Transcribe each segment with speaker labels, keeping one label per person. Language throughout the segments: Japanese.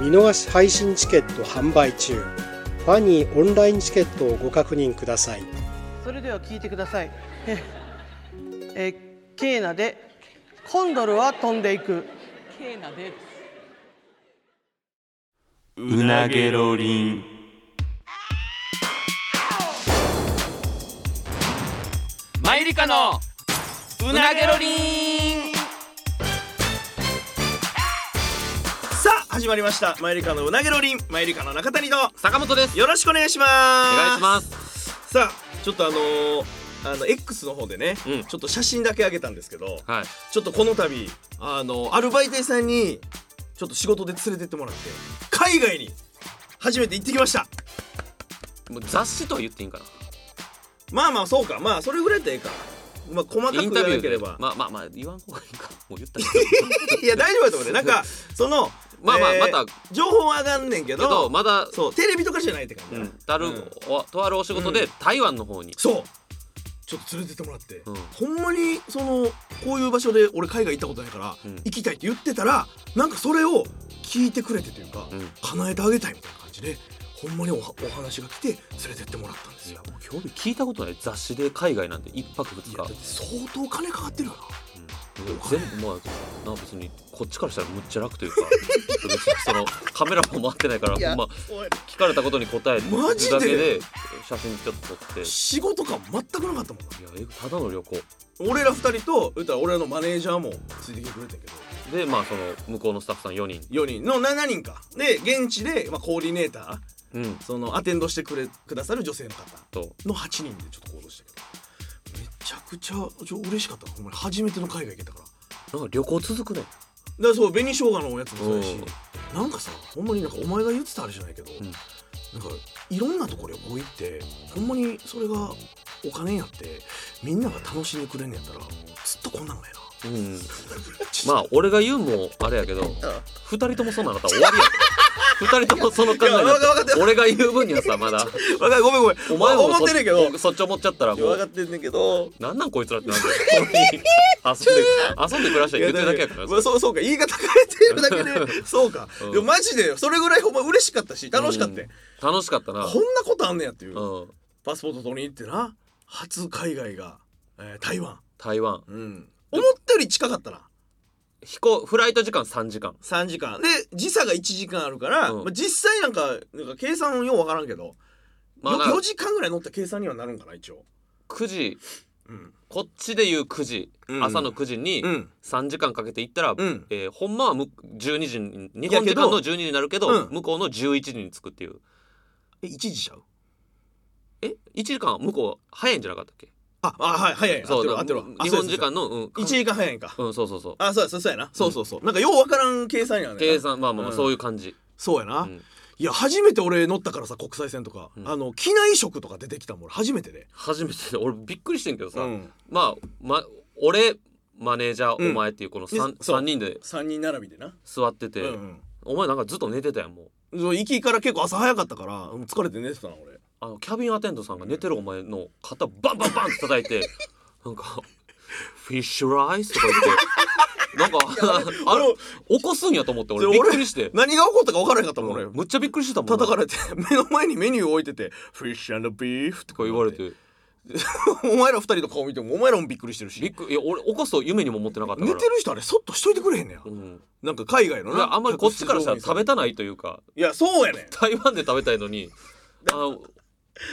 Speaker 1: 見逃し配信チケット販売中ファニーオンラインチケットをご確認ください
Speaker 2: それでは聞いてください。えーえーケーナでコンドルは飛んでいく。
Speaker 3: ケーナで
Speaker 4: うなげろりんマイリカのうなげろりん
Speaker 5: さあ始まりましたマユリカのうなげろりんマユリカの中谷と
Speaker 4: 坂本です
Speaker 5: よろしくお願いします
Speaker 4: お願いしますす
Speaker 5: さあちょっとあのーあの X の方でね、
Speaker 4: うん
Speaker 5: ちょっと写真だけ上げたんですけど
Speaker 4: はい
Speaker 5: ちょっとこの度あのアルバイト屋さんにちょっと仕事で連れてってもらって海外に初めて行ってきました
Speaker 4: もう雑誌とは言っていいんかな
Speaker 5: まあまあそうかまあそれぐらいでええかまあ細かく
Speaker 4: イン
Speaker 5: 言
Speaker 4: タ
Speaker 5: わ
Speaker 4: ビュ
Speaker 5: な
Speaker 4: ー
Speaker 5: け
Speaker 4: で
Speaker 5: れば、
Speaker 4: まあまあまあ言わん方がいいかもう言ったけ
Speaker 5: いや大丈夫だと思うねなんかその
Speaker 4: まあまあ
Speaker 5: えー
Speaker 4: また
Speaker 5: 情報は上がんねんけど
Speaker 4: どまだ
Speaker 5: そうテレビとかじゃないって感じだな、
Speaker 4: たる、
Speaker 5: うん
Speaker 4: おとあるお仕事で台湾の方に、
Speaker 5: そうちょっと連れてってもらって、
Speaker 4: うん
Speaker 5: ほんまにそのこういう場所で俺海外行ったことないから、
Speaker 4: うん
Speaker 5: 行きたいって言ってたらなんかそれを聞いてくれてというか、
Speaker 4: うん
Speaker 5: 叶えてあげたいみたいな感じでほんまにおお話が来て連れてってもらったんです
Speaker 4: い
Speaker 5: よ
Speaker 4: や。もう興味聞いたことない雑誌で海外なんて一泊二
Speaker 5: い
Speaker 4: 日
Speaker 5: やだって相当金かかってるよな
Speaker 4: 全部まあな別にこっちからしたらむっちゃ楽というか 別にそのカメラも回ってないからほんま聞かれたことに答えて
Speaker 5: マジで
Speaker 4: だけで写真ちょっと撮ってい
Speaker 5: 仕事感全くなかったもん
Speaker 4: やえただの旅行
Speaker 5: な俺ら二人と言ったら俺らのマネージャーもついてきてくれてんけど
Speaker 4: でまあその向こうのスタッフさん4人、
Speaker 5: 4人の7人かで現地で、まあ、コーディネータ
Speaker 4: うん、
Speaker 5: ーそのアテンドしてくれくださる女性の方
Speaker 4: と
Speaker 5: の8人でちょっと行動したけどめちゃくちゃちょ嬉しかったほんまに初めての海外行けたからだか
Speaker 4: なんか旅行続くね
Speaker 5: らそう紅生姜のおやつもそうやし
Speaker 4: うん
Speaker 5: なんかさほんまになんかお前が言ってたあれじゃないけど、
Speaker 4: ん
Speaker 5: なんかいろんなとこ旅行行ってほんまにそれがお金やってみんなが楽しんでくれんねやったらずっとこんなのええ
Speaker 4: うん
Speaker 5: な
Speaker 4: まあ俺が言うのもあれやけど2人ともそんなんなったら終わりや2人ともその考えになっ
Speaker 5: いやわか
Speaker 4: た
Speaker 5: っ
Speaker 4: 俺が言う分にはさ まだ
Speaker 5: わかるごめんごめん
Speaker 4: お前も
Speaker 5: 思ってるけど
Speaker 4: そそっち思っちゃったらも
Speaker 5: 分
Speaker 4: う
Speaker 5: かってんねんけど
Speaker 4: なんなんこいつらってなんだよ。本当に 遊んで遊んで暮らしたい言ってるだけやから
Speaker 5: いやだけどまあ
Speaker 4: な。
Speaker 5: そうそうか言い方変えてるだけでそうか、
Speaker 4: うん
Speaker 5: でもマジでそれぐらいほんま嬉しかったし楽しかったよ、
Speaker 4: うん。楽しかったな。
Speaker 5: こんなことあんねやっていう、
Speaker 4: うん。
Speaker 5: パスポート取りに行ってな初海外が、えー台湾、
Speaker 4: 台湾。
Speaker 5: うん、思ったより近かったな
Speaker 4: 飛行フライト時間3時間。
Speaker 5: 3時間で時差が1時間あるから、
Speaker 4: うん
Speaker 5: まあ、実際なんかなんか計算ようわからんけど、
Speaker 4: まあ
Speaker 5: よ
Speaker 4: な
Speaker 5: 4時間ぐらい乗った計算にはなるんかな一応
Speaker 4: 9時
Speaker 5: うん
Speaker 4: こっちで言う9時、
Speaker 5: うん
Speaker 4: 朝の9時に
Speaker 5: うん
Speaker 4: 3時間かけて行ったら、
Speaker 5: うん
Speaker 4: えーほんまはむ12時に日
Speaker 5: いや
Speaker 4: 本
Speaker 5: け
Speaker 4: 時
Speaker 5: ど
Speaker 4: 間の12時になるけど
Speaker 5: うん
Speaker 4: 向こうの11時に着くっていう。
Speaker 5: え1時ちゃう
Speaker 4: え1時間向こう早いんじゃなかったっけ？
Speaker 5: ああはい早い
Speaker 4: そう
Speaker 5: 合ってるわ合ってるわ
Speaker 4: 日本時間のうん
Speaker 5: 1時間早いんか、
Speaker 4: うんそうそうそう。
Speaker 5: あそうやそうそうやな、そうそうそうなんかようわからん計算やねんな
Speaker 4: 計算まあまあまあ
Speaker 5: うん
Speaker 4: そういう感じ。
Speaker 5: そうやな、
Speaker 4: うん
Speaker 5: いや初めて俺乗ったからさ国際線とか、
Speaker 4: うん
Speaker 5: あの機内食とか出てきたもん俺初めてで、
Speaker 4: 初めてで俺びっくりしてんけどさ。
Speaker 5: うん、
Speaker 4: まあ、ま、俺マネージャ
Speaker 5: う
Speaker 4: ー
Speaker 5: ん
Speaker 4: お前っていうこの 3,、
Speaker 5: でそう
Speaker 4: 三人で
Speaker 5: 3人並びでな、
Speaker 4: 座ってて、
Speaker 5: うんうん
Speaker 4: お前なんかずっと寝てたやんもう
Speaker 5: そう行きから結構朝早かったからうん疲れて寝てたな俺
Speaker 4: あのキャビンアテンドさんが寝てるお前の肩バンバンバンって叩い てなんか「フィッシュライス」とか言 ってなんかあれ起こすんやと思って俺
Speaker 5: そ
Speaker 4: び
Speaker 5: れ
Speaker 4: っ
Speaker 5: 俺
Speaker 4: くりして。
Speaker 5: 何が起こったか分からへんかったもん俺、
Speaker 4: むっちゃびっくりしてたもん
Speaker 5: 叩か
Speaker 4: れ
Speaker 5: れて 目の前にメニュー置いてて「フィッシュビーフ」と
Speaker 4: とか
Speaker 5: か
Speaker 4: 言われて
Speaker 5: お前ら二人の顔見てもお前らもびっくりしてるし
Speaker 4: びっくりいや俺起こすと夢にも思ってなかったか
Speaker 5: 寝
Speaker 4: ら
Speaker 5: てる人あれそっとしといてくれへんねや、
Speaker 4: うん、
Speaker 5: なんか海外の
Speaker 4: いや
Speaker 5: な
Speaker 4: あんまりこっちからしたら食べ
Speaker 5: た
Speaker 4: たないというか
Speaker 5: いやそうやねん
Speaker 4: 台湾で食べたいのにあの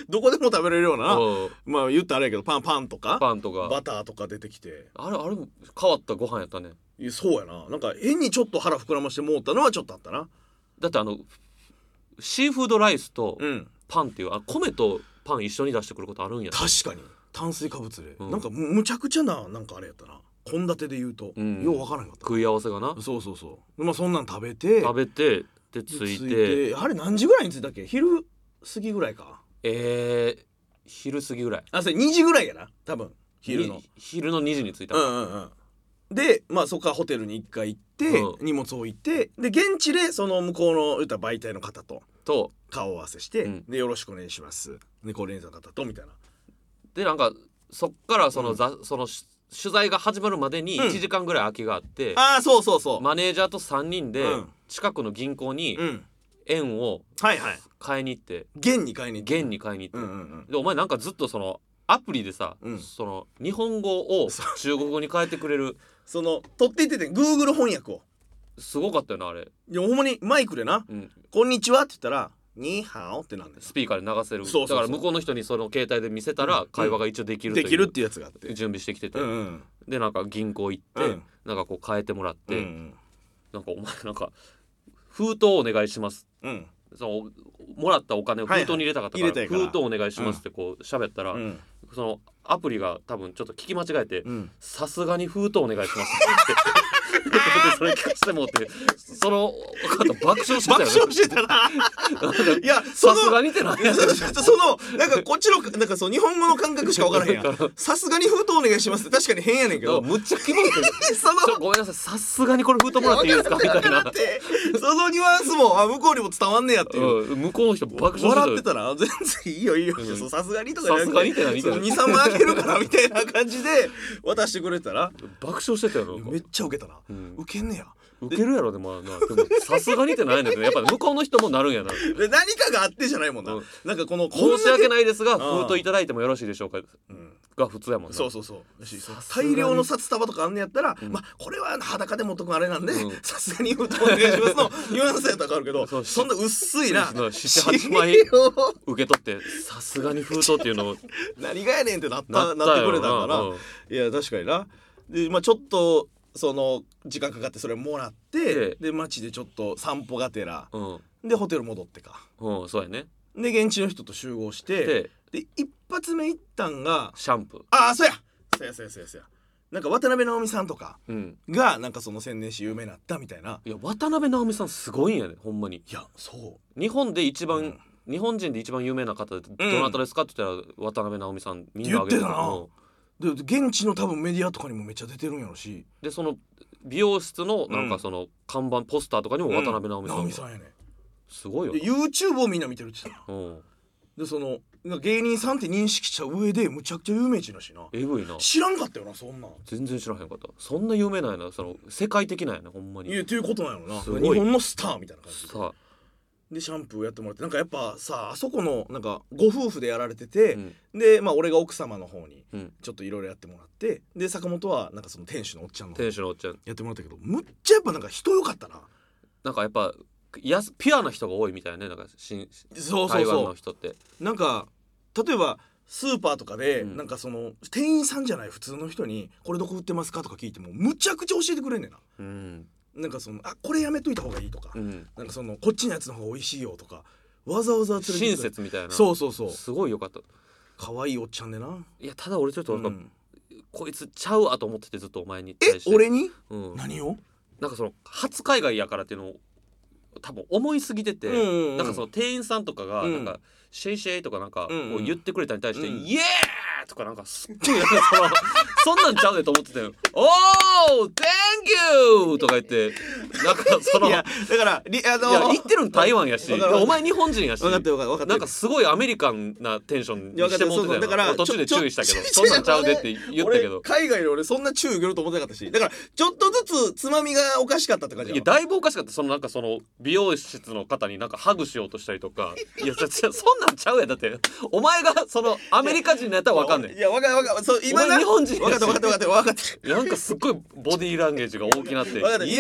Speaker 5: どこでも食べれるような、
Speaker 4: うん
Speaker 5: まあ言ったらあれやけどパンパンとか
Speaker 4: パンとか
Speaker 5: バターとか出てきて
Speaker 4: あれあれ変わったご飯やったね
Speaker 5: いやそうやななんか変にちょっと腹膨らましてもうたのはちょっとあったな
Speaker 4: だってあのシーフードライスと
Speaker 5: うん
Speaker 4: パンっていう、あ米とパン一緒に出してくることあるんや
Speaker 5: 確かに炭水化物で、
Speaker 4: うん
Speaker 5: なんかむむちゃくちゃななんかあれやったな献立で言うと、
Speaker 4: うん
Speaker 5: ようわからんかった
Speaker 4: 食い合わせがな
Speaker 5: そうそうそうまあそんなん食べて
Speaker 4: 食べてで
Speaker 5: 着
Speaker 4: 着い
Speaker 5: い
Speaker 4: て
Speaker 5: てあれ何時ぐらいに着いたっけ昼過ぎぐらいか
Speaker 4: えー、昼過ぎぐらい
Speaker 5: あそれ2時ぐらいやな多分昼の
Speaker 4: に昼の2時に着いた
Speaker 5: うん
Speaker 4: の、
Speaker 5: うんうんでまあそこからホテルに一回行って、
Speaker 4: うん
Speaker 5: 荷物置いてで現地でその向こうの言ったら媒体の方と
Speaker 4: と
Speaker 5: 顔を合わせして、
Speaker 4: うん
Speaker 5: でよろしくお願いしますでコーディネーターの方とみたいな
Speaker 4: でなんかそっからその,、
Speaker 5: うん
Speaker 4: ざそのし取材が始まるまでに
Speaker 5: うん
Speaker 4: 1時間ぐらい空きがあって、
Speaker 5: ああそうそうそう、
Speaker 4: マネージャーと3人で
Speaker 5: うん
Speaker 4: 近くの銀行に
Speaker 5: うん
Speaker 4: 円を
Speaker 5: はいはい
Speaker 4: 買いに行って
Speaker 5: 現に買いに行って
Speaker 4: 元に買いに行
Speaker 5: う
Speaker 4: っ
Speaker 5: んう
Speaker 4: て、
Speaker 5: んうん
Speaker 4: でお前なんかずっとそのアプリでさ、
Speaker 5: うん
Speaker 4: その日本語を中国語に変えてくれる
Speaker 5: その取っていってて Google 翻訳を
Speaker 4: すごかったよなあれ、
Speaker 5: いやほんまにマイクでな
Speaker 4: うん、
Speaker 5: 「こんにちは」って言ったら「ニーハオ」ってなんで
Speaker 4: スピーカーで流せる
Speaker 5: そうそうそう
Speaker 4: だから向こうの人にその携帯で見せたら会話が一応できるとい
Speaker 5: で
Speaker 4: う
Speaker 5: きるっていうやつがあって
Speaker 4: 準備してきてて、
Speaker 5: うんうん
Speaker 4: でなんか銀行行って、
Speaker 5: うん
Speaker 4: なんかこう変えてもらって、
Speaker 5: うん
Speaker 4: なんかお前なんか封筒お願いします
Speaker 5: うん
Speaker 4: そのもらったお金を封筒に入れたかったから,、
Speaker 5: はいはい入れたいから
Speaker 4: 封筒お願いしますってこう喋ったら、
Speaker 5: うん
Speaker 4: そのアプリが多分ちょっと聞き間違えて
Speaker 5: うん
Speaker 4: 「さすがに封筒お願いします」って言ってでそれ聞かしてもうてその方爆笑してた
Speaker 5: 爆
Speaker 4: よね
Speaker 5: 笑してた ないやそ
Speaker 4: さ
Speaker 5: の
Speaker 4: すがにってなんやね ん
Speaker 5: そのなんかこっちのなんかそう日本語の感覚しか分からへんやんさすがに封筒お願いしますって確かに変やねんけど
Speaker 4: むっちゃ気持ちいい
Speaker 5: その
Speaker 4: ちょごめんなさいさすがにこれ封筒もらっていいですかみたいな、
Speaker 5: って そのニュアンスもあ向こうにも伝わんねやっていう、
Speaker 4: うん、向こうの人爆笑してた
Speaker 5: 笑
Speaker 4: よ
Speaker 5: ってたら 全然いいよいいよ
Speaker 4: うん
Speaker 5: そうさすがにとかじゃなく
Speaker 4: さすがにって何
Speaker 5: そう23枚あげるからみたいな感じで 渡してくれたら
Speaker 4: 爆笑してたよなんか
Speaker 5: めっちゃウケたな、
Speaker 4: うん
Speaker 5: ウケんねや
Speaker 4: ウケるやろでもなでもさすがにってないんだけどやっぱ向こうの人もなるんやな
Speaker 5: で何かがあってじゃないもんな、
Speaker 4: うん
Speaker 5: なんかこの
Speaker 4: 申し訳
Speaker 5: い、
Speaker 4: ないですが
Speaker 5: うん
Speaker 4: 封筒いただいてもよろしいでしょうか
Speaker 5: うん
Speaker 4: が普通やもんな
Speaker 5: そうそうそうだし
Speaker 4: さすがに
Speaker 5: 大量の札束とかあんねやったら、
Speaker 4: うん
Speaker 5: まあこれは裸でもっとくあれなんで
Speaker 4: うん
Speaker 5: さすがに封筒お願いしますのニュアンスやったら分かるけど
Speaker 4: そう
Speaker 5: そんな薄いな
Speaker 4: そうですね78枚
Speaker 5: 資料
Speaker 4: 受け取ってさすがに封筒っていうのを
Speaker 5: 何がやねんってなった
Speaker 4: な
Speaker 5: な
Speaker 4: っ
Speaker 5: ったて
Speaker 4: よ
Speaker 5: くれたから、
Speaker 4: うん
Speaker 5: いや確かになでまあちょっとその時間かかってそれもらって、
Speaker 4: え
Speaker 5: で街でちょっと散歩がてら
Speaker 4: うん
Speaker 5: でホテル戻ってか
Speaker 4: うんそうやね
Speaker 5: で現地の人と集合して
Speaker 4: で
Speaker 5: で一発目行ったんが
Speaker 4: シャンプー
Speaker 5: ああそうやそうやそうやそうやそうやなんか渡辺直美さんとか
Speaker 4: うん
Speaker 5: がなんかその宣伝誌有名になったみたいない
Speaker 4: や渡辺直美さんすごいんやねほんまに
Speaker 5: いやそ
Speaker 4: 日本で一
Speaker 5: う
Speaker 4: 番
Speaker 5: ん
Speaker 4: 日本人で一番有名な方でどなたですかって言ったら渡辺直美さんみんなあげ
Speaker 5: 言ってたな
Speaker 4: うん
Speaker 5: うで現地の多分メディアとかにもめっちゃ出てるんやろし
Speaker 4: でその美容室のなん
Speaker 5: う
Speaker 4: か
Speaker 5: ん
Speaker 4: その看板ポスターとかにも渡辺直美さん,、
Speaker 5: 直美さんやね
Speaker 4: すごいよ
Speaker 5: で
Speaker 4: ね、
Speaker 5: YouTube をみんな見てるって言ってたな
Speaker 4: うん、
Speaker 5: でそのなんか芸人さんって認識した上でむちゃくちゃ有名人らしいな
Speaker 4: えぐいな
Speaker 5: 知らんかったよなそんなん
Speaker 4: 全然知らへんかったそんな有名なんやなその世界的なんやなほんま
Speaker 5: いや
Speaker 4: に
Speaker 5: っていうことなんやろな
Speaker 4: すごい
Speaker 5: 日本のスターみたいな感じ
Speaker 4: さあ、
Speaker 5: でシャンプーやってもらってなんかやっぱさあそこのなんかご夫婦でやられてて、
Speaker 4: うん
Speaker 5: でまあ俺が奥様の方に
Speaker 4: うん、
Speaker 5: ちょっといろいろやってもらってで坂本はなんかその店主のおっちゃんの方
Speaker 4: 店主のおっちゃん
Speaker 5: やってもらったけどむっちゃやっぱなんか人良かったな
Speaker 4: なんかやっぱやすピュアな人が多いみたいねなんかしん
Speaker 5: そうそう
Speaker 4: 台湾の
Speaker 5: そ
Speaker 4: 人って
Speaker 5: うなんか例えばスーパーとかで、
Speaker 4: うん
Speaker 5: なんかその店員さんじゃない普通の人に「これどこ売ってますか?」とか聞いてもむちゃくちゃ教えてくれんねんな
Speaker 4: うん
Speaker 5: なんかその「あこれやめといた方がいい」とか、
Speaker 4: うん
Speaker 5: なんかその「こっちのやつの方が美味しいよ」とかわざわざ連れてきて
Speaker 4: 親切みたいな
Speaker 5: そうそうそう
Speaker 4: すごいよかった
Speaker 5: 可愛いおっちゃんでな、
Speaker 4: いやただ俺ちょっとなんか、
Speaker 5: うん
Speaker 4: こいつちゃうわと思っててずっとお前に
Speaker 5: え
Speaker 4: 対して
Speaker 5: 俺に
Speaker 4: うん、
Speaker 5: 何を
Speaker 4: なんかその初海外やからっていうのを多分思いすぎてて、
Speaker 5: うんうんうん
Speaker 4: なんかその店員さんとかが
Speaker 5: う
Speaker 4: 「
Speaker 5: ん
Speaker 4: なんかシェイシェイ」とかなんか
Speaker 5: うんうん
Speaker 4: こう言ってくれたに対して「
Speaker 5: うん
Speaker 4: イエー!」とかなんかすっごいなんか そのそんなんちゃうでと思ってたよ「おー Thank you!」とか言ってなんかその
Speaker 5: い
Speaker 4: い
Speaker 5: やだ
Speaker 4: や
Speaker 5: からりあの
Speaker 4: 言ってるの台湾やし
Speaker 5: わかるわかる
Speaker 4: お前日本人やし
Speaker 5: 分かってる分かる分かって
Speaker 4: なんかすごいアメリカンなテンションにしてもってたよ
Speaker 5: だから
Speaker 4: 途中で
Speaker 5: ちょ
Speaker 4: 注意し たけど
Speaker 5: ちょ
Speaker 4: そんなんちゃうでって言ったけど
Speaker 5: 俺海外で俺そんな注意受けると思ってなかったしだからちょっとずつつまみがおかしかったって感じ
Speaker 4: い
Speaker 5: や
Speaker 4: や
Speaker 5: わ
Speaker 4: だいぶおかしかったそのなんかその美容室の方になんかハグしようとしたりと かいやそそんなんちゃうやんだってお前がそのアメリカ人のやったらわかんない
Speaker 5: いや分かる分かるそう今
Speaker 4: お前
Speaker 5: な
Speaker 4: 日本人やし
Speaker 5: 分かった分かった分かった分 かってる
Speaker 4: なんかすっごいボディーランゲージが大きなって「イエ
Speaker 5: わかった
Speaker 4: ーイ!」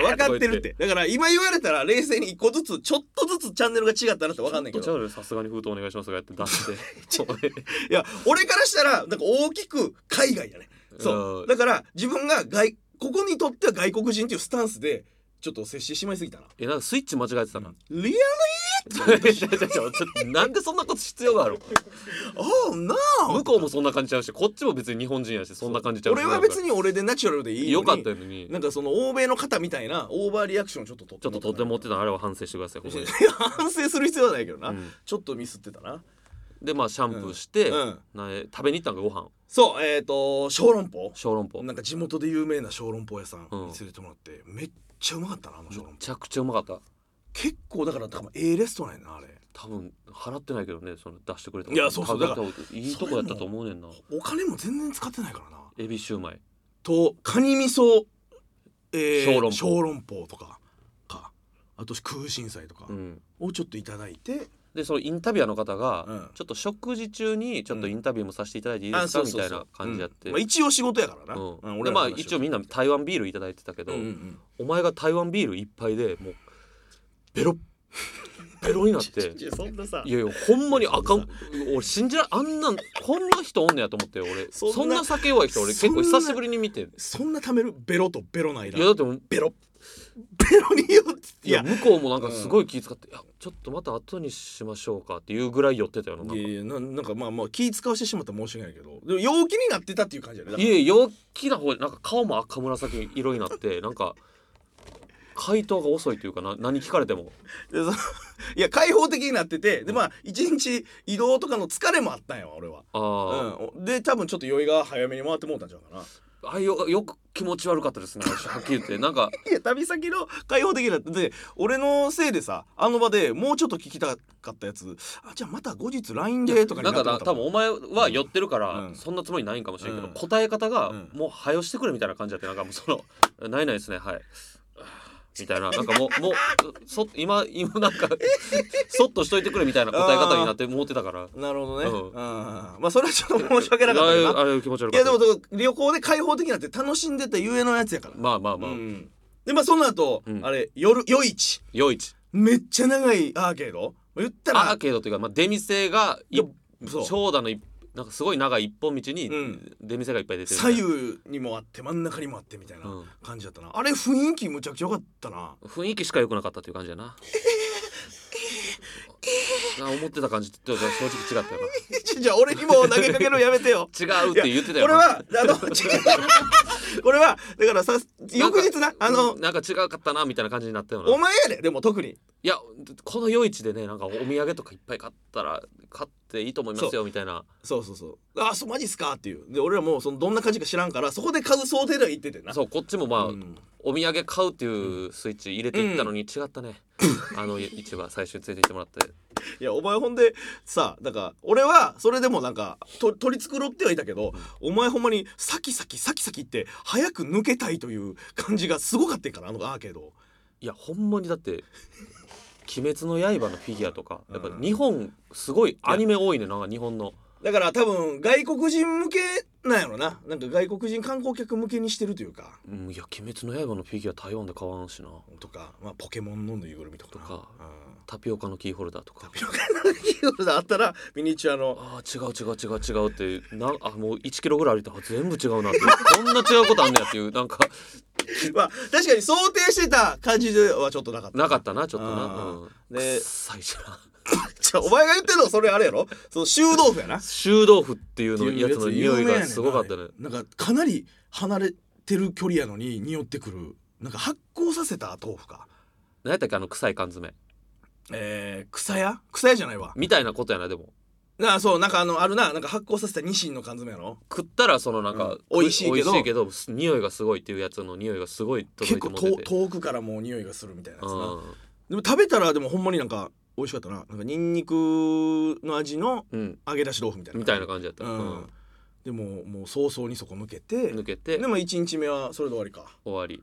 Speaker 5: 分かってるってだから今言われたら冷静に一個ずつちょっとずつチャンネルが違ったなって分かんない
Speaker 4: ち
Speaker 5: け
Speaker 4: ょっとちゃ
Speaker 5: ど
Speaker 4: うよさすがに封筒お願いしますがやって出 して
Speaker 5: いや俺からしたらなんか大きく海外やねそううんだから自分が外ここにとっては外国人っていうスタンスでちょっと接してしまいすぎたな
Speaker 4: えなんかスイッチ間違えてたな
Speaker 5: リアルイエ
Speaker 4: ちょちょちょちょなんでそんなこと必要がある
Speaker 5: ああなあ
Speaker 4: 向こうもそんな感じちゃうしこっちも別に日本人やしそんな感じちゃうし
Speaker 5: 俺は別に俺でナチュラルでいいのに
Speaker 4: よかったのに
Speaker 5: なんかその欧米の方みたいなオーバーリアクションちょっとと
Speaker 4: ちょっととてもってたあれは反省してくださいほんまに
Speaker 5: いや反省する必要はないけどな、
Speaker 4: うん
Speaker 5: ちょっとミスってたな
Speaker 4: でまあシャンプーして、
Speaker 5: うんうん
Speaker 4: なえ食べに行ったんかご飯
Speaker 5: そうえっ、と小籠包
Speaker 4: 小籠包
Speaker 5: な
Speaker 4: め
Speaker 5: んか地元で有名な小籠包屋さん
Speaker 4: うん
Speaker 5: に連れてもらって、めっちゃうまかったなあの小籠包
Speaker 4: ちゃくちゃうまかった
Speaker 5: 結構だから多分 A レストランやなあれ
Speaker 4: 多分払ってないけどねその出してくれた
Speaker 5: いやそうそう
Speaker 4: 買
Speaker 5: だから
Speaker 4: 買いいとこやったと思うねんな
Speaker 5: お金も全然使ってないからな
Speaker 4: エビシューマイ
Speaker 5: とカニ味噌、えー
Speaker 4: 小籠包
Speaker 5: 小籠包とかかあと空心菜とか
Speaker 4: うん
Speaker 5: をちょっといただいて、
Speaker 4: でそのインタビュアーの方が、
Speaker 5: うん
Speaker 4: ちょっと食事中にちょっとインタビューもさせていただいていい
Speaker 5: あ
Speaker 4: ですか
Speaker 5: そうそ
Speaker 4: み
Speaker 5: う
Speaker 4: たい
Speaker 5: そう
Speaker 4: な感じやっ
Speaker 5: う
Speaker 4: て、
Speaker 5: んまあ、一応仕事やからな、
Speaker 4: う
Speaker 5: うんん
Speaker 4: で
Speaker 5: 俺
Speaker 4: まあ一応みんな台湾ビールいただいてたけど、
Speaker 5: うんうんうん
Speaker 4: お前が台湾ビール一杯でもうベロッベロになって
Speaker 5: いやそんなさ
Speaker 4: いやいやほんまにあかん俺信じられあんなんこんな人おんねやと思って俺
Speaker 5: そん
Speaker 4: そ
Speaker 5: なん
Speaker 4: な酒弱い人俺結構
Speaker 5: そんな
Speaker 4: 久しぶりに見て
Speaker 5: そんなためるベロとベロの間
Speaker 4: いやだってもう
Speaker 5: ベロベロによって
Speaker 4: いや向こうもなんかすごい気遣って「いやちょっとまた後にしましょうか」っていうぐらい寄ってたよななんか
Speaker 5: いや
Speaker 4: い
Speaker 5: いやななんかまあまあ気使わしてしまったら申し訳ないけどでも陽気になってたっていう感じやねだから
Speaker 4: え陽気な方なんか顔も赤紫色になってなんか回答が遅いというかな何聞かれても
Speaker 5: でそのいや開放的になっててでまあ一日移動とかの疲れもあったんやわ俺は、
Speaker 4: あ
Speaker 5: うん、で多分ちょっと酔いが早めに回ってもうたんちゃうかな
Speaker 4: あ、あよよく気持ち悪かったですね私はっきり言ってなんか
Speaker 5: いや旅先の開放的になってて俺のせいでさあの場でもうちょっと聞きたかったやつあじゃあまた後日 LINE でとか
Speaker 4: な
Speaker 5: に
Speaker 4: ん
Speaker 5: な
Speaker 4: か
Speaker 5: っても
Speaker 4: な
Speaker 5: うた
Speaker 4: 多分お前は寄ってるか
Speaker 5: う
Speaker 4: ら
Speaker 5: ん
Speaker 4: そんなつもりないんかもしれんけど、
Speaker 5: うん
Speaker 4: 答え方が
Speaker 5: うん
Speaker 4: もう「はよしてくれ」みたいな感じだってなんかもうその 「ないないですね はい」みたいななんかもうもうそ今今なんかそっとしといてくれみたいな答え方になってもうてたから
Speaker 5: なるほどね、
Speaker 4: う
Speaker 5: うんん、まあそれはちょっと申し訳なかった
Speaker 4: あ
Speaker 5: け
Speaker 4: れ
Speaker 5: どな
Speaker 4: あれ気持ち悪
Speaker 5: い
Speaker 4: かっ
Speaker 5: や
Speaker 4: た
Speaker 5: でもだから旅行で開放的になって楽しんでたゆえのやつやから、
Speaker 4: まあまあまあ、
Speaker 5: うん、でまあその後、
Speaker 4: うん
Speaker 5: あれ夜夜市
Speaker 4: 夜市
Speaker 5: めっちゃ長いアーケード言ったら
Speaker 4: アーケードというか、まあ、出店がい
Speaker 5: いやそう
Speaker 4: 長蛇の一なんかすごい長い一本道に
Speaker 5: うん
Speaker 4: 出店がいっぱい出てるみた
Speaker 5: 左
Speaker 4: いな、
Speaker 5: 右にもあって真ん中にもあってみたいな
Speaker 4: うん
Speaker 5: 感じだったな、あれ雰囲気むちゃくちゃ良かった な
Speaker 4: 雰囲気しか良くなかったっていう感じやな。な思ってた感じと正直違ったよ
Speaker 5: じゃあ俺にも投げかけ るのやめてよ
Speaker 4: な。違うって言ってたよ
Speaker 5: これ
Speaker 4: な。
Speaker 5: はあの これはだからさ翌日なあの
Speaker 4: なんか違かったなみたいな感じになったよな。
Speaker 5: お前やででも特に
Speaker 4: いやこの夜市でねなんかお土産とかいっぱい買ったら買っていいと思います
Speaker 5: そ
Speaker 4: よみたいな。
Speaker 5: そうそうそうあそうマジっすかっていうで俺らもうそのどんな感じか知らんからそこで買う想定では言っててな
Speaker 4: そうこっちもまあ、
Speaker 5: うん
Speaker 4: お土産買うっていうスイッチ入れていったのに違ったね。あの市場最初に連れて行ってもらって。
Speaker 5: いやお前ほんでさだから俺はそれでもなんかと取り繕ってはいたけど、お前ほんまにサキサキサキサキって早く抜けたいという感じがすごかったんからあのアーケード
Speaker 4: いやほんまにだって「鬼滅の刃」のフィギュアとかやっぱ
Speaker 5: うん
Speaker 4: 日本すごいアニメ多いねなんか日本の。
Speaker 5: だから多分外国人向けなんやろななんか外国人観光客向けにしてるというか
Speaker 4: うん、いや「鬼滅の刃」のフィギュア台湾で買わんしな
Speaker 5: とか、まあ、ポケモンのぬいぐるみとかな
Speaker 4: とかタピオカのキーホルダーとか
Speaker 5: うん、キーホルダーあったらミニチュアの
Speaker 4: ああ違う違う違う違うってなあもう1キロぐらい歩いたら全部違うなってこんな違うことあんねやっていうなんか
Speaker 5: まあ確かに想定してた感じではちょっとなかった
Speaker 4: なかったなちょっとな、
Speaker 5: あー
Speaker 4: うん、
Speaker 5: で
Speaker 4: 臭いしな
Speaker 5: じゃあお前が言ってるのはそれあれやろその臭豆腐やな
Speaker 4: 臭豆腐っていう
Speaker 5: って
Speaker 4: の
Speaker 5: いう
Speaker 4: やつの匂いがすごかったね
Speaker 5: なんかかなり離れてる距離やのに匂ってくるなんか発酵させた豆腐か
Speaker 4: 何やったっけあの臭い缶詰
Speaker 5: えー、草屋草屋じゃないわ
Speaker 4: みたいなことやなでも
Speaker 5: なあそうなんかあのあるななんか発酵させたニシンの缶詰やろ
Speaker 4: 食ったらそのなんか、
Speaker 5: うん美味しいけど
Speaker 4: 美味しいけどす匂いがすごいっていうやつの匂いがすごい
Speaker 5: 結
Speaker 4: 届いて
Speaker 5: 構
Speaker 4: もって
Speaker 5: と
Speaker 4: て
Speaker 5: 遠くからもう匂いがするみたいなやつな
Speaker 4: うん
Speaker 5: でも食べたらでもほんまになんか美味しかったななんかニンニクの味の
Speaker 4: うん
Speaker 5: 揚げ出し豆腐みたいな
Speaker 4: みたいな感じやった、
Speaker 5: う
Speaker 4: うん
Speaker 5: ん、でももう早々にそこ抜けて
Speaker 4: 抜けて
Speaker 5: でも1日目はそれで終わりか
Speaker 4: 終わり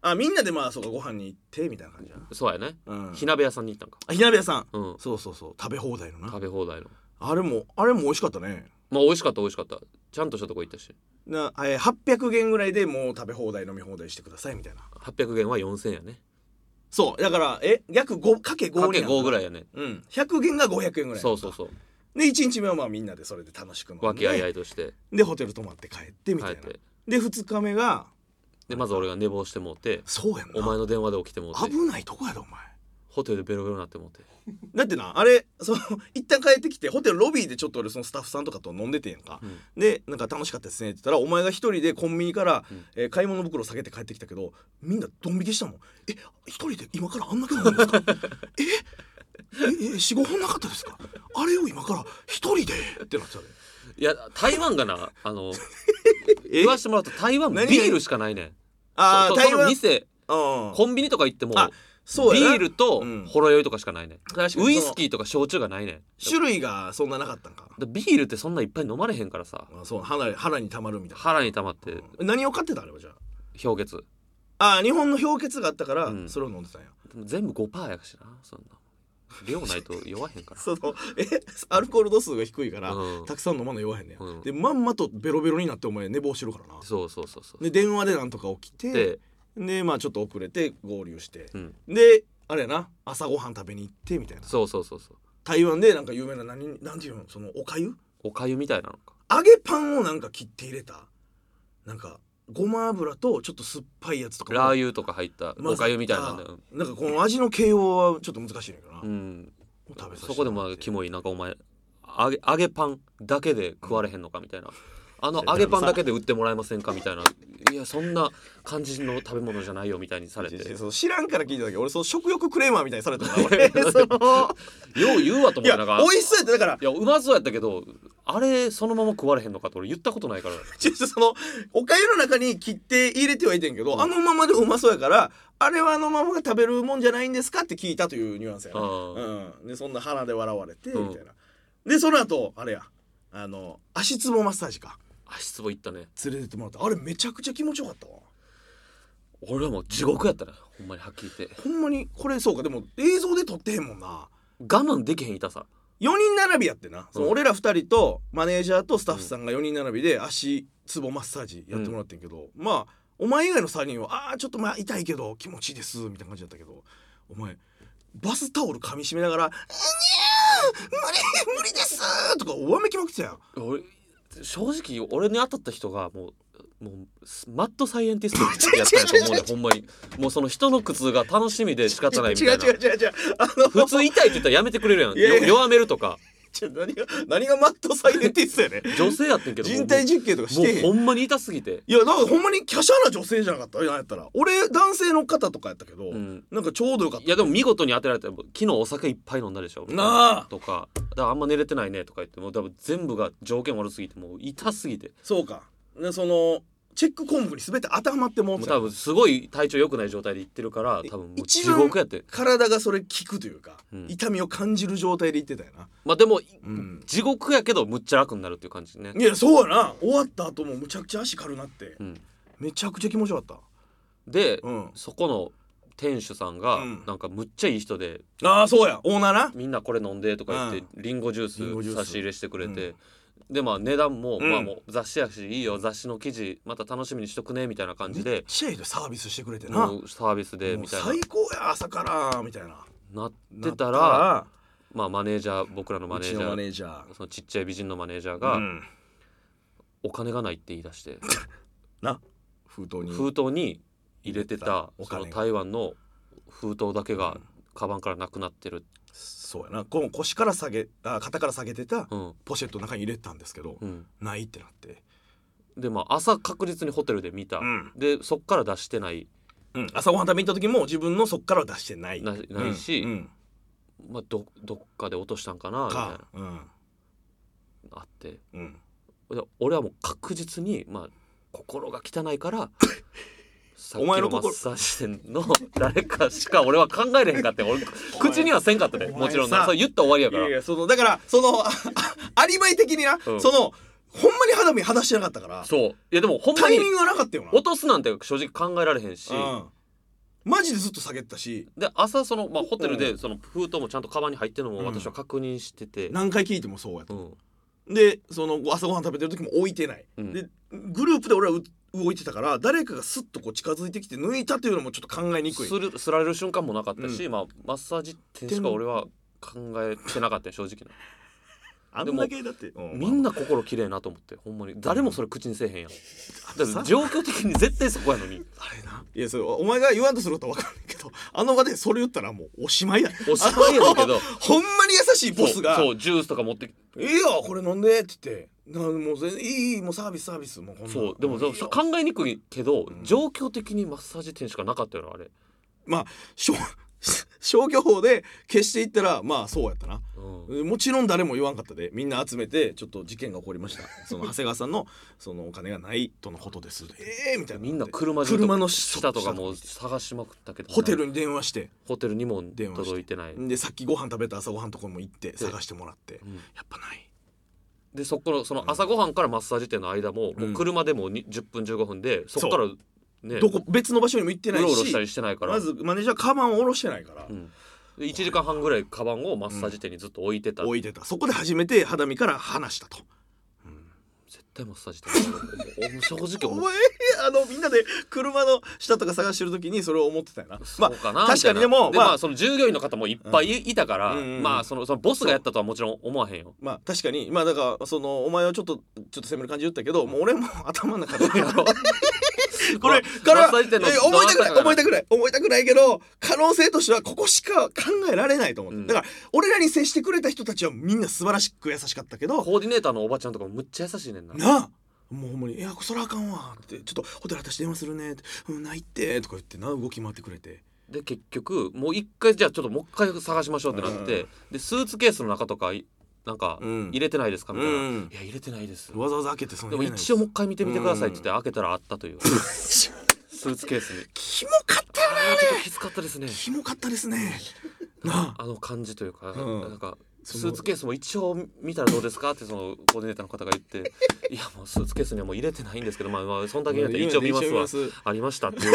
Speaker 5: あみんなでまあそうかご飯に行ってみたいな感じやな
Speaker 4: そうやね、
Speaker 5: うん
Speaker 4: 火鍋屋さんに行ったんか
Speaker 5: あ火鍋屋さん
Speaker 4: うん
Speaker 5: そうそうそう食べ放題のな
Speaker 4: 食べ放題の
Speaker 5: あれもあれも美味しかったね
Speaker 4: まあ美味しかった美味しかったちゃんとしたとこ行ったし
Speaker 5: なえー800元ぐらいでもう食べ放題飲み放題してくださいみたいな
Speaker 4: 800元は4000円やね
Speaker 5: そうだからえ約5かけ5
Speaker 4: かけ5ぐ
Speaker 5: らい
Speaker 4: らいやね
Speaker 5: うん100元が500円ぐらい
Speaker 4: そうそうそう
Speaker 5: で1日目はまあみんなでそれで楽しく飲んで
Speaker 4: 和気あいあいとして
Speaker 5: でホテル泊まって帰ってみ
Speaker 4: 帰
Speaker 5: た
Speaker 4: っ
Speaker 5: いな
Speaker 4: て
Speaker 5: で2日目が
Speaker 4: でまず俺が寝坊してもうて
Speaker 5: そうやんな
Speaker 4: お前の電話で起きてもう
Speaker 5: 危
Speaker 4: て
Speaker 5: ないとこやでお前
Speaker 4: ホテルでベロベロになって思って
Speaker 5: だってなあれその一旦帰ってきてホテルロビーでちょっと俺そのスタッフさんとかと飲んでてんやんか、
Speaker 4: うん
Speaker 5: でなんか楽しかったですねって言ったらお前が一人でコンビニから、
Speaker 4: うん
Speaker 5: えー買い物袋下げて帰ってきたけどみんなドン引きしたのえ一人で今からあんだけ飲むんです かえええ45本なかったですかあれを今から一人でってなっちゃう
Speaker 4: いや台湾 がなあの言わしてもらうと台湾ビ
Speaker 5: 何
Speaker 4: ールしかないねん
Speaker 5: ああ
Speaker 4: そ
Speaker 5: 台
Speaker 4: その
Speaker 5: 湾
Speaker 4: 店
Speaker 5: うん
Speaker 4: コンビニとか行っても
Speaker 5: あそう
Speaker 4: ビ
Speaker 5: やな
Speaker 4: ールと
Speaker 5: うん
Speaker 4: ほろ酔いとかしかないねん、
Speaker 5: 確かに
Speaker 4: ウイスキーとか焼酎がないねん
Speaker 5: その種類がそんななかったんか
Speaker 4: だビールってそんないっぱい飲まれへんからさ
Speaker 5: あそう腹腹にたまるみたい
Speaker 4: 腹に溜まって
Speaker 5: な何を買ってたあれはじゃあ
Speaker 4: 氷結
Speaker 5: あー日本の氷結があったから、
Speaker 4: うん
Speaker 5: それを飲んでたんや
Speaker 4: でも全部5%やしなそんな量ないと弱へんか ら
Speaker 5: そのえアルコール度数が低いから、
Speaker 4: うん
Speaker 5: たくさん飲まな弱いねや、
Speaker 4: うん
Speaker 5: でまんまとベロベロになってお前寝坊してるからな
Speaker 4: そうそうそうそう
Speaker 5: で電話でなんとか起きて
Speaker 4: で、
Speaker 5: でまあちょっと遅れて合流して
Speaker 4: うん、
Speaker 5: であれやな朝ごはん食べに行ってみたいな
Speaker 4: そうそうそうそう
Speaker 5: 台湾でなんか有名な何なんていうのそのおかゆ
Speaker 4: おかゆみたいなのか
Speaker 5: 揚げパンをなんか切って入れたなんかごま油とちょっと酸っぱいやつとか
Speaker 4: ラー油とか入った
Speaker 5: ま
Speaker 4: お
Speaker 5: ず
Speaker 4: かゆみたいなのね
Speaker 5: なんかこの味の形容はちょっと難しいねんけどな、
Speaker 4: うん
Speaker 5: 食べさせて
Speaker 4: そこでもキモいなんかお前揚げ揚げパンだけで食われへんのかみたいなあの揚げパンだけで売ってもらえませんかみたいないやそんな感じの食べ物じゃないよみたいにされて
Speaker 5: いやいや
Speaker 4: よ
Speaker 5: その知らんから聞いただけ俺その食欲クレーマーみたいにされた から俺その
Speaker 4: う言うわと
Speaker 5: い
Speaker 4: 思っ
Speaker 5: や
Speaker 4: てなんか
Speaker 5: 美味しそうやっただから
Speaker 4: いやうまそうやったけどあれそのまま食われへんのかって俺言ったことないから
Speaker 5: ちょっとそのおかゆの中に切って入れてはいてんけど、あのままでうまそうやからあれはあのままが食べるもんじゃないんですかって聞いたというニュアンスやな、
Speaker 4: あ
Speaker 5: うん、でそんな鼻で笑われてみた
Speaker 4: う
Speaker 5: い
Speaker 4: ん
Speaker 5: な、でその後あれやあの足つぼマッサージか
Speaker 4: 足つぼ行ったね
Speaker 5: 連れてってもらったあれめちゃくちゃ気持ちよかったわ
Speaker 4: 俺はもう地獄やったねほんまにはっきり言って
Speaker 5: ほんまにこれそうかでも映像で撮ってへんもんな
Speaker 4: 我慢できへん痛さ
Speaker 5: 4人並びやってな、その俺ら2人とマネージャーとスタッフさんが4人並びで足つぼマッサージやってもらってんけど、まあお前以外の3人は「あーちょっとまあ痛いけど気持ちいいです」みたいな感じだったけどお前バスタオル噛みしめながら「にゃー無理無理です」とかわめきまくってたやん
Speaker 4: 俺正直俺に当たった人がもうもうスマッドサイエンティストやったんやと思うねほんま にもうその人の苦痛が楽しみで仕方ないみたいな
Speaker 5: 違う違う違う違うあの
Speaker 4: 普通痛いって言ったらやめてくれるやん
Speaker 5: いやいや
Speaker 4: よ弱めるとか
Speaker 5: ちょ何が何がマットサイエンティストやね
Speaker 4: 女性やってんけど
Speaker 5: 人体
Speaker 4: も
Speaker 5: 実験とか
Speaker 4: う
Speaker 5: してへん
Speaker 4: もうほんまに痛すぎて
Speaker 5: いやなんかほんまに華奢な女性じゃなかったなんやったら俺男性の方とかやったけど、
Speaker 4: うん
Speaker 5: なんかちょうどよかった
Speaker 4: いやでも見事に当てられた昨日お酒いっぱい飲んだでしょ
Speaker 5: なあ
Speaker 4: とかだからあんま寝れてないねとか言ってもう多分全部が条件悪すぎてもう痛すぎて
Speaker 5: そうかでそのチェック項目に全て当てはまってもう
Speaker 4: もう
Speaker 5: た
Speaker 4: 多分すごい体調良くない状態で行ってるから多分もう
Speaker 5: 一
Speaker 4: 地
Speaker 5: 番
Speaker 4: 獄やって
Speaker 5: 体がそれ効くというか、
Speaker 4: うん
Speaker 5: 痛みを感じる状態で言ってたよな、
Speaker 4: まあでも
Speaker 5: うん、
Speaker 4: 地獄やけどむっちゃ楽になるっていう感じね
Speaker 5: いやそうやな終わった後もむちゃくちゃ足軽なって、
Speaker 4: うん
Speaker 5: めちゃくちゃ気持ちよかっ
Speaker 4: で
Speaker 5: たうん
Speaker 4: そこの店主さんが
Speaker 5: うん
Speaker 4: なんかむっちゃいい人で
Speaker 5: ああそうやオーナーな
Speaker 4: みんなこれ飲んでとか言ってリンゴジュ
Speaker 5: リンゴジュ
Speaker 4: ー
Speaker 5: ー
Speaker 4: ス
Speaker 5: ス
Speaker 4: 差し入れしてくれてでまあ値段も
Speaker 5: うん
Speaker 4: まあもう雑誌やしいいよ雑誌の記事また楽しみにしとくねみたいな感じで
Speaker 5: シェイでサービスしてくれてな
Speaker 4: もうサービスで
Speaker 5: もう
Speaker 4: みたい
Speaker 5: 最高や朝からみたいな
Speaker 4: ななってたら
Speaker 5: なっ
Speaker 4: まあマネージャー僕らの
Speaker 5: たら
Speaker 4: マ
Speaker 5: う
Speaker 4: ネー
Speaker 5: ち
Speaker 4: ジ
Speaker 5: の
Speaker 4: ャ
Speaker 5: マネ
Speaker 4: ー
Speaker 5: ージャー
Speaker 4: そのちっちゃい美人のマネージャーが
Speaker 5: うん
Speaker 4: お金がないって言い出して
Speaker 5: な封筒に
Speaker 4: 封筒に入れてた
Speaker 5: お
Speaker 4: その
Speaker 5: 金が
Speaker 4: 台湾の封筒だけがカバンからなくなってる、
Speaker 5: そうやなこの腰から下げあ肩から下げてた
Speaker 4: うん
Speaker 5: ポシェットの中に入れてたんですけど、
Speaker 4: うん、
Speaker 5: ないってなって、
Speaker 4: でまあ朝確実にホテルで見た、
Speaker 5: ん
Speaker 4: でそっから出してない、
Speaker 5: うん、朝ごはん食べに行った時も自分のそっからは出してない
Speaker 4: なないし
Speaker 5: うんうん
Speaker 4: まあ、どどっかで落としたんかなみたい
Speaker 5: かうん
Speaker 4: なあって
Speaker 5: うん
Speaker 4: で俺はもう確実に、まあ、心が汚いからさっ き
Speaker 5: お前
Speaker 4: の
Speaker 5: の
Speaker 4: マ
Speaker 5: 心
Speaker 4: ッサージ店の誰かしか俺は考えれへんか って俺口にはせんかったで
Speaker 5: お前
Speaker 4: もちろんな
Speaker 5: さ
Speaker 4: それ言ったら終わりや
Speaker 5: い
Speaker 4: から
Speaker 5: やいやそのだからその ああアリバイ的にな、
Speaker 4: うん
Speaker 5: そのほんまに肌身裸足じゃなかったから
Speaker 4: そういやでもほんま
Speaker 5: タ
Speaker 4: に
Speaker 5: イミングがなかったよな
Speaker 4: 落とすなんて正直考えられへんし、
Speaker 5: うん、マジでずっと下げてたし
Speaker 4: で朝その、まあ、ホテル
Speaker 5: う
Speaker 4: でその封筒もちゃんとカバンに入ってるのも
Speaker 5: うん
Speaker 4: 私は確認してて、
Speaker 5: 何回聞いてもそうや
Speaker 4: う
Speaker 5: と、
Speaker 4: ん
Speaker 5: でその朝ごはん食べてる時も置いてない、
Speaker 4: うん
Speaker 5: でグループで俺はう動いてたから誰かがスッとこう近づいてきて抜いたというのもちょっと考えにくい
Speaker 4: するすられる瞬間もなかったし、まあ、マッサージ店しか俺は考えてなかったよ正直な
Speaker 5: あんだけだって
Speaker 4: みん
Speaker 5: な
Speaker 4: な心きれいなと思ってほんまに誰もそれ口にせえへんやんだから状況的に絶対そこやのに
Speaker 5: あれないやそれお前が言わんとすることは分かんないけどあの場でそれ言ったらもうおしまいや
Speaker 4: おしまいやねんけど
Speaker 5: あのほんまに優しい ボスが
Speaker 4: そうそうジュースとか持ってき
Speaker 5: 「いいよこれ飲んで」って言って「なもう全然いいいいもうサービスサービスもうこんな
Speaker 4: そうでも
Speaker 5: いいよ
Speaker 4: そう考えにくいけど、状況的にマッサージ店しかなかったよなあれ、
Speaker 5: まあしょ 消去法で消していったらまあそうやったな
Speaker 4: うん
Speaker 5: もちろん誰も言わんかったでみんな集めてちょっと事件が起こりましたその長谷川さんの そのお金がないとのことですええー、みたいな
Speaker 4: みんな車中
Speaker 5: 車の
Speaker 4: 下とかもう
Speaker 5: 下
Speaker 4: 探しまくったけど
Speaker 5: ホテルに電話して
Speaker 4: ホテルにも
Speaker 5: 電話して
Speaker 4: 届いてない、
Speaker 5: でさっきご飯食べた朝ご飯のとこも行って探してもらって、
Speaker 4: ん
Speaker 5: やっぱない
Speaker 4: でそこのその朝ごはんからマッサージ店の間も,、
Speaker 5: うん
Speaker 4: もう車でもに10分15分でそこからね
Speaker 5: どこ別の場所にも行って
Speaker 4: う
Speaker 5: ない
Speaker 4: ろう
Speaker 5: し
Speaker 4: ろしたりしてないから、
Speaker 5: まずマネージャーカバンを下ろしてないから、
Speaker 4: うん、で1時間半ぐらいカバンをマッサージ店にずっと置いてた、
Speaker 5: 置いてたそこで初めて肌身から話したと
Speaker 4: 絶対マッサージ店だと思う正直
Speaker 5: お
Speaker 4: 思う
Speaker 5: 前あのみんなで車の下とか探してる時にそれを思ってたよな
Speaker 4: そうかな、
Speaker 5: まあ、確かにでも
Speaker 4: みたいなで
Speaker 5: まあ
Speaker 4: まあその従業員の方もいっぱいいいたから、
Speaker 5: うんうんうん
Speaker 4: まあそのそのボスがやったとはもちろん思わへんよ
Speaker 5: まあ確かにまあだからそのお前はちょっとちょっと攻める感じ言ったけどもう俺も頭の中 で これから
Speaker 4: マッサージ店の
Speaker 5: え思いたくない
Speaker 4: ど
Speaker 5: 思
Speaker 4: 真ん中だか
Speaker 5: い
Speaker 4: ら
Speaker 5: たくない思いたくないけど可能性としてはここしか考えられないと思って、
Speaker 4: うん
Speaker 5: だから俺らに接してくれた人たちはみんな素晴らしく優しかったけど
Speaker 4: コーディネーターのおばちゃんとかもむっちゃ優しいねんな
Speaker 5: なあもうほんまに「いやそらあかんわ」って「ちょっとホテル私電話するね」って「うんないって」とか言ってな動き回ってくれて
Speaker 4: で結局もう一回じゃあちょっともう一回探しましょうってなって、
Speaker 5: う
Speaker 4: でスーツケースの中とかいなんか
Speaker 5: うん
Speaker 4: 入れてないですかみたいな、
Speaker 5: うん
Speaker 4: いや入れてないです
Speaker 5: わざわざ開けてその
Speaker 4: でも一応もう一回見てみてくださいって言って開けたらあったという スーツケースに
Speaker 5: キモかったよ
Speaker 4: あ
Speaker 5: ね
Speaker 4: ーちょっときつかったですね
Speaker 5: キモかったですねなあ
Speaker 4: あの感じというか、
Speaker 5: うん
Speaker 4: なんか
Speaker 5: そ
Speaker 4: ス
Speaker 5: の
Speaker 4: ーツケースも一応見たらどうですかってそのコーディネーターの方が 言って「いやもうスーツケースにはもう入れてないんですけどまあまあそんだけやったら一応見ますわ」ありましたっていう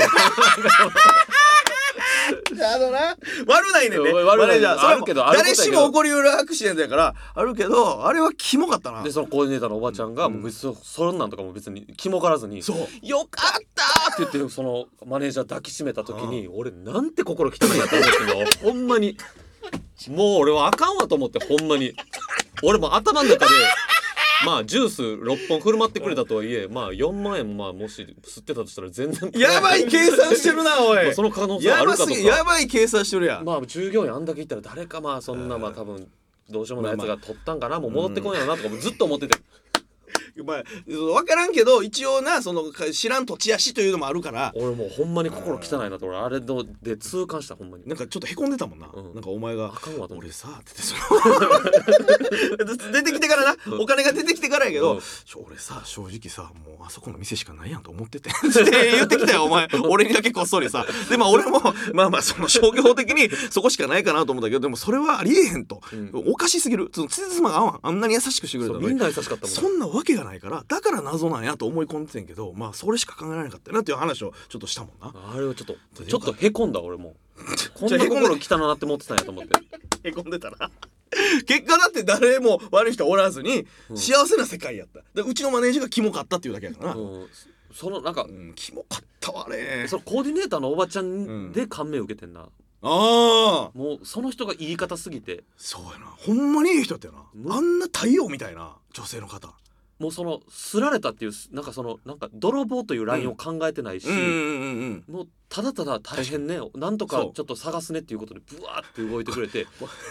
Speaker 5: あのな悪ないねんね
Speaker 4: うん悪な
Speaker 5: マ
Speaker 4: い
Speaker 5: ネージャーそれは
Speaker 4: あるけどある
Speaker 5: 誰
Speaker 4: ことやけど
Speaker 5: しも起こりうるアクシデントやからあるけどあれはキモかったな
Speaker 4: でそのコーディネーターのおばちゃんがもう別にそんなんとかも別に気もからずに「
Speaker 5: そう
Speaker 4: よかった!」って言ってるそのマネージャー抱きしめた時に俺なんて心汚いなと思って んのほんまにもう俺はあかんわと思ってほんまに俺も頭の中でまあジュース6本振る舞ってくれたとはいえまあ4万円もまあもし吸ってたとしたら全 然
Speaker 5: やばい計算してるなお
Speaker 4: まあ
Speaker 5: い
Speaker 4: その可能性あ
Speaker 5: やば
Speaker 4: るかと
Speaker 5: す
Speaker 4: か
Speaker 5: ぎやばい計算してるやん
Speaker 4: まあ従業員あんだけいったら誰かまあそんなまあ多分どうしようもないやつが取ったんかなもう戻ってこんやろなとかもずっと思ってて
Speaker 5: まあ分からんけど一応なそのか知らん土地やしというのもあるから
Speaker 4: 俺もうほんまに心汚いなと俺あれので痛感したほんまに
Speaker 5: なんかちょっとへこんでたもんな、
Speaker 4: うん
Speaker 5: なんかお前が
Speaker 4: あかん
Speaker 5: 「
Speaker 4: わと思って
Speaker 5: 俺さ」って言ってその 出てきてからな、
Speaker 4: うん
Speaker 5: お金が出てきてからやけど、
Speaker 4: うん
Speaker 5: ちょ俺さ正直さもうあそこの店しかないやんと思って てって言ってきたよお前俺にだけこっそりさでまあ俺もまあまあその商業的にそこしかないかなと思ったけどでもそれはありえへんと、
Speaker 4: うん
Speaker 5: おかしすぎるそのつじつまが合わんあんなに優しくしてくれた
Speaker 4: そう
Speaker 5: の
Speaker 4: み
Speaker 5: に
Speaker 4: んな優しかったもん
Speaker 5: そんなわけがないからだから謎なんやと思い込んでてんけどまあそれしか考えられなかったよなっていう話をちょっとしたもんな。
Speaker 4: あれはちょっとちょっとへこんだ 俺もこん
Speaker 5: じゃあ
Speaker 4: な
Speaker 5: へこんで
Speaker 4: 心汚なって持ってたんやと思って
Speaker 5: へこんでたな結果だって誰も悪い人おらずに幸せな世界やった、でうちのマネージャーがキモかったっていうだけやからな、
Speaker 4: うんそのなんか
Speaker 5: うん、キモかったわあれ
Speaker 4: そのコーディネーターのおばちゃんで感銘受けてんな
Speaker 5: ああ
Speaker 4: もうその人が言い方すぎて
Speaker 5: そうやなほんまにいい人やったよなあんな太陽みたいな女性の方
Speaker 4: もうそのすられたっていうなんかそのなんか泥棒というラインを考えてないし、
Speaker 5: うんうん
Speaker 4: もうただただ大変ねなんとか
Speaker 5: そう
Speaker 4: ちょっと探すねっていうことでブワーって動いてく れて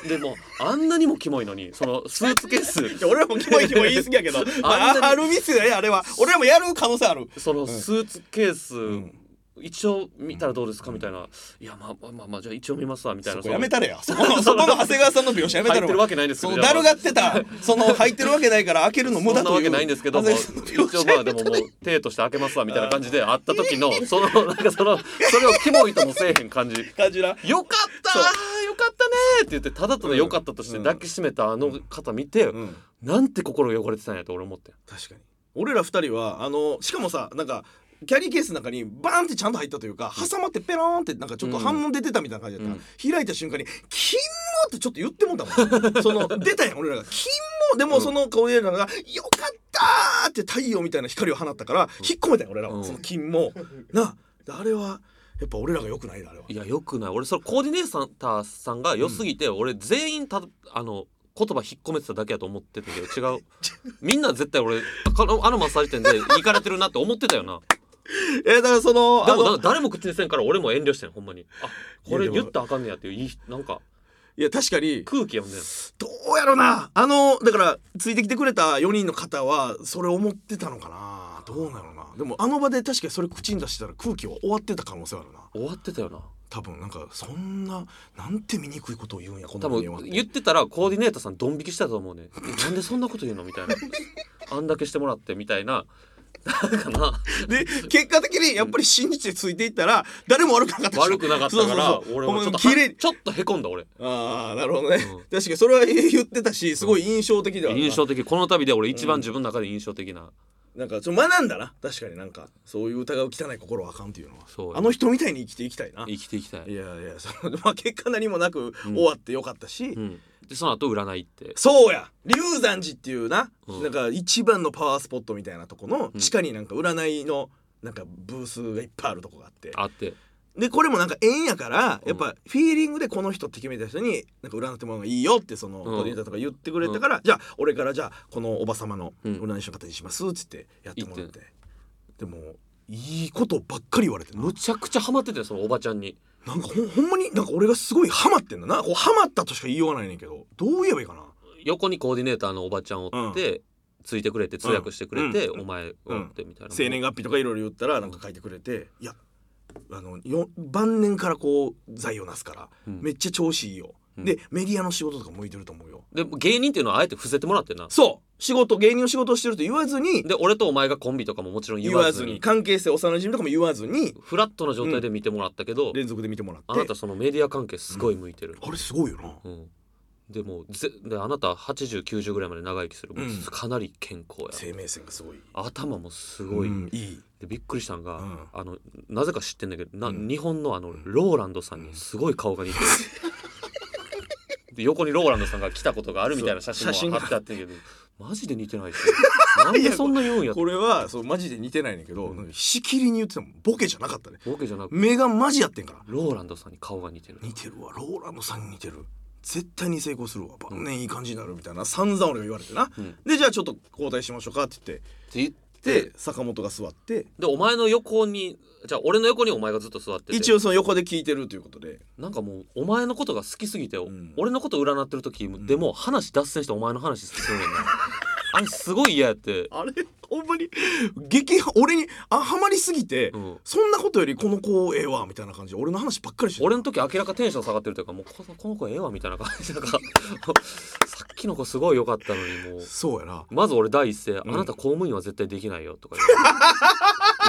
Speaker 4: でもあんなにもキモいのにそのスーツケース
Speaker 5: 俺らもキモいキモい言い過ぎやけど まあ
Speaker 4: あんなに
Speaker 5: ああるミスやねあれは俺らもやる可能性ある
Speaker 4: そのスーツケース、
Speaker 5: ん
Speaker 4: 一応見たらどうですかみたいな「いやまあまあまあまあじゃあ一応見ますわ」みたい
Speaker 5: そ
Speaker 4: な
Speaker 5: こやめたれやそこのそこの長谷川さんの描写やめたれ
Speaker 4: 入ってるわけないですけ
Speaker 5: そ
Speaker 4: ど
Speaker 5: の
Speaker 4: いや
Speaker 5: だるがってたその入ってるわけないから開けるの無
Speaker 4: そ
Speaker 5: 駄
Speaker 4: んな
Speaker 5: と
Speaker 4: わ
Speaker 5: いう
Speaker 4: けないんですけども
Speaker 5: 長谷川さんの描写
Speaker 4: 一応まあでももう手として開けますわみたいな感じで会った時のそのなんかそのそれをキモいともせえへん感じ「
Speaker 5: 感じな
Speaker 4: よかったーよかったねー」って言ってただただよかったとして抱きしめたあの方見て、
Speaker 5: うん
Speaker 4: なんて心汚れてたんやと俺思って
Speaker 5: 確かに俺ら二人はあのしかもさなんかキャリーケースの中にバーンってちゃんと入ったというか挟まってペローンってなんかちょっと
Speaker 4: うん
Speaker 5: 半分出てたみたいな感じだった、
Speaker 4: う
Speaker 5: 開いた瞬間に「キンモ!」ってちょっと言ってもうたもんその出たやん俺らが「キンモ!」でもその顔でるのが「よかった!」って太陽みたいな光を放ったから引っ込めたよ俺らは、
Speaker 4: うん
Speaker 5: その金も なああれはやっぱ俺らが良くないなあれはい
Speaker 4: やよくない俺それコーディネーターさんが良すぎて、俺全員たあの言葉引っ込めてただけやと思ってたけど違う みんな絶対俺あのあのマッサージ店で行かれてるなって思ってたよ な
Speaker 5: えだからその
Speaker 4: で
Speaker 5: あ
Speaker 4: もだ
Speaker 5: の
Speaker 4: 誰も口にせんから俺も遠慮してんほんまにあこ
Speaker 5: いや
Speaker 4: れ
Speaker 5: でも
Speaker 4: 言ったらあかんねやっていういいなんか
Speaker 5: いや確かに
Speaker 4: 空気読んでん
Speaker 5: どうやろなあのだからついてきてくれた4人の方はそれ思ってたのかなどうなのなでもあの場で確かにそれ口に出してたら空気は終わってた可能性あるな
Speaker 4: 終わってたよな
Speaker 5: 多分なんかそんななんて醜いことを言うんやこんな
Speaker 4: 多
Speaker 5: に言わ
Speaker 4: 分言ってたらコーディネーターさんドン引きしてたと思うねなんでそんなこと言うのみたいなあんだけしてもらってみたいななんかな
Speaker 5: で結果的にやっぱり信じてついていったら誰も悪くなかったでしょ
Speaker 4: 悪くなかったから
Speaker 5: そうそうそう
Speaker 4: 俺もちょっと
Speaker 5: ほんまに綺麗
Speaker 4: ちょっとへこんだ俺
Speaker 5: ああなるほどね、
Speaker 4: うん
Speaker 5: 確かにそれは言ってたしすごい印象的ではあるな
Speaker 4: 印象的この旅で俺一番自分の中で印象的な、
Speaker 5: なんかちょっと学んだな確かになんかそういう疑う汚い心はあかんっていうのは
Speaker 4: そう
Speaker 5: あの人みたいに生きていきたいな
Speaker 4: 生きていきたい
Speaker 5: いやいやその、まあ、結果何もなく終わってよかったし、
Speaker 4: うん、でその後占い行って
Speaker 5: そうや龍山寺っていうな、
Speaker 4: うん
Speaker 5: なんか一番のパワースポットみたいなとこの地下になんか占いのなんかブースがいっぱいあるとこがあって
Speaker 4: 会って
Speaker 5: でこれもなんか縁やから
Speaker 4: うん
Speaker 5: やっぱフィーリングでこの人って決めた人になんか占ってもらうのがいいよってその
Speaker 4: ん
Speaker 5: コーディネーターとか言ってくれたから、じゃあ俺からじゃあこのおば様の
Speaker 4: うん
Speaker 5: 占い師の方にしますっつってやってもら
Speaker 4: 言
Speaker 5: っ、
Speaker 4: って
Speaker 5: でもいいことばっかり言われてな
Speaker 4: むちゃくちゃハマってたよそのおばちゃんに
Speaker 5: なんかほんほんまになんか俺がすごいハマってんだなこうハマったとしか言いようがないねんけどどう言えばいいかな
Speaker 4: 横にコーディネーターのおばちゃんおって、ついてくれて通訳してくれて、
Speaker 5: うん
Speaker 4: お前おってみたいな、
Speaker 5: 生年月日とかいろいろ言ったらなんか書いてくれて、いやあのよ晩年からこう財をなすから、
Speaker 4: うん
Speaker 5: めっちゃ調子いいよ、
Speaker 4: うん
Speaker 5: でメディアの仕事とか向いてると思うよ
Speaker 4: で芸人っていうのはあえて伏せてもらってんな
Speaker 5: そう仕事芸人の仕事をしてると言わずに
Speaker 4: で俺とお前がコンビとかももちろん
Speaker 5: 言
Speaker 4: 言
Speaker 5: わ
Speaker 4: わ
Speaker 5: ず
Speaker 4: ず
Speaker 5: に
Speaker 4: に
Speaker 5: 関係性幼馴染とかも言わずに
Speaker 4: フラットな状態で見てもらったけど、
Speaker 5: 連続で見てもらって
Speaker 4: あなたそのメディア関係すごい向いてる、
Speaker 5: あれすごいよな
Speaker 4: うんでもぜであなた8090ぐらいまで長生きする、もう
Speaker 5: うん
Speaker 4: かなり健康や
Speaker 5: 生命線がすごい
Speaker 4: 頭もすごい、
Speaker 5: うんいい
Speaker 4: でびっくりしたんが、
Speaker 5: うん
Speaker 4: あのなぜか知ってんだけどな、
Speaker 5: うん
Speaker 4: 日本のあのローランドさんにすごい顔が似て る、で横にローランドさんが来たことがあるみたいな写
Speaker 5: そう写
Speaker 4: 真
Speaker 5: 真
Speaker 4: も
Speaker 5: が
Speaker 4: 貼ってあってんけどマジで似 てないですよなんでそんな言うんや
Speaker 5: これはそうマジで似てないねんけど、なんかしきりに言ってたもんボケじゃなかったね
Speaker 4: ボケじゃなく
Speaker 5: 目がマジやってんから
Speaker 4: ローランドさんに顔が似てる
Speaker 5: 似てるわローランドさんに似てる絶対に成功するわ晩年いい感じになるみたいな散々俺が言われてな、
Speaker 4: うん
Speaker 5: でじゃあちょっと交代しましょうかって言っ
Speaker 4: って言ってて
Speaker 5: で坂本が座って
Speaker 4: でお前の横にじゃあ俺の横にお前がずっと座ってて
Speaker 5: 一応その横で聞いてるということで
Speaker 4: なんかもうお前のことが好きすぎて、
Speaker 5: ん
Speaker 4: 俺のこと占ってる時でも話脱線してお前の話するねんなあれすごい嫌やって
Speaker 5: あれほんまに激俺にあハマりすぎて、
Speaker 4: うん
Speaker 5: そんなことよりこの子ええわみたいな感じで俺の話ばっかりしてた
Speaker 4: 俺の時明らかテンション下がってるというかもうこのこの子ええわみたいな感じだから さっきの子すごい良かったのにもう
Speaker 5: そうやな
Speaker 4: まず俺第一声、あなた公務員は絶対できないよ」とか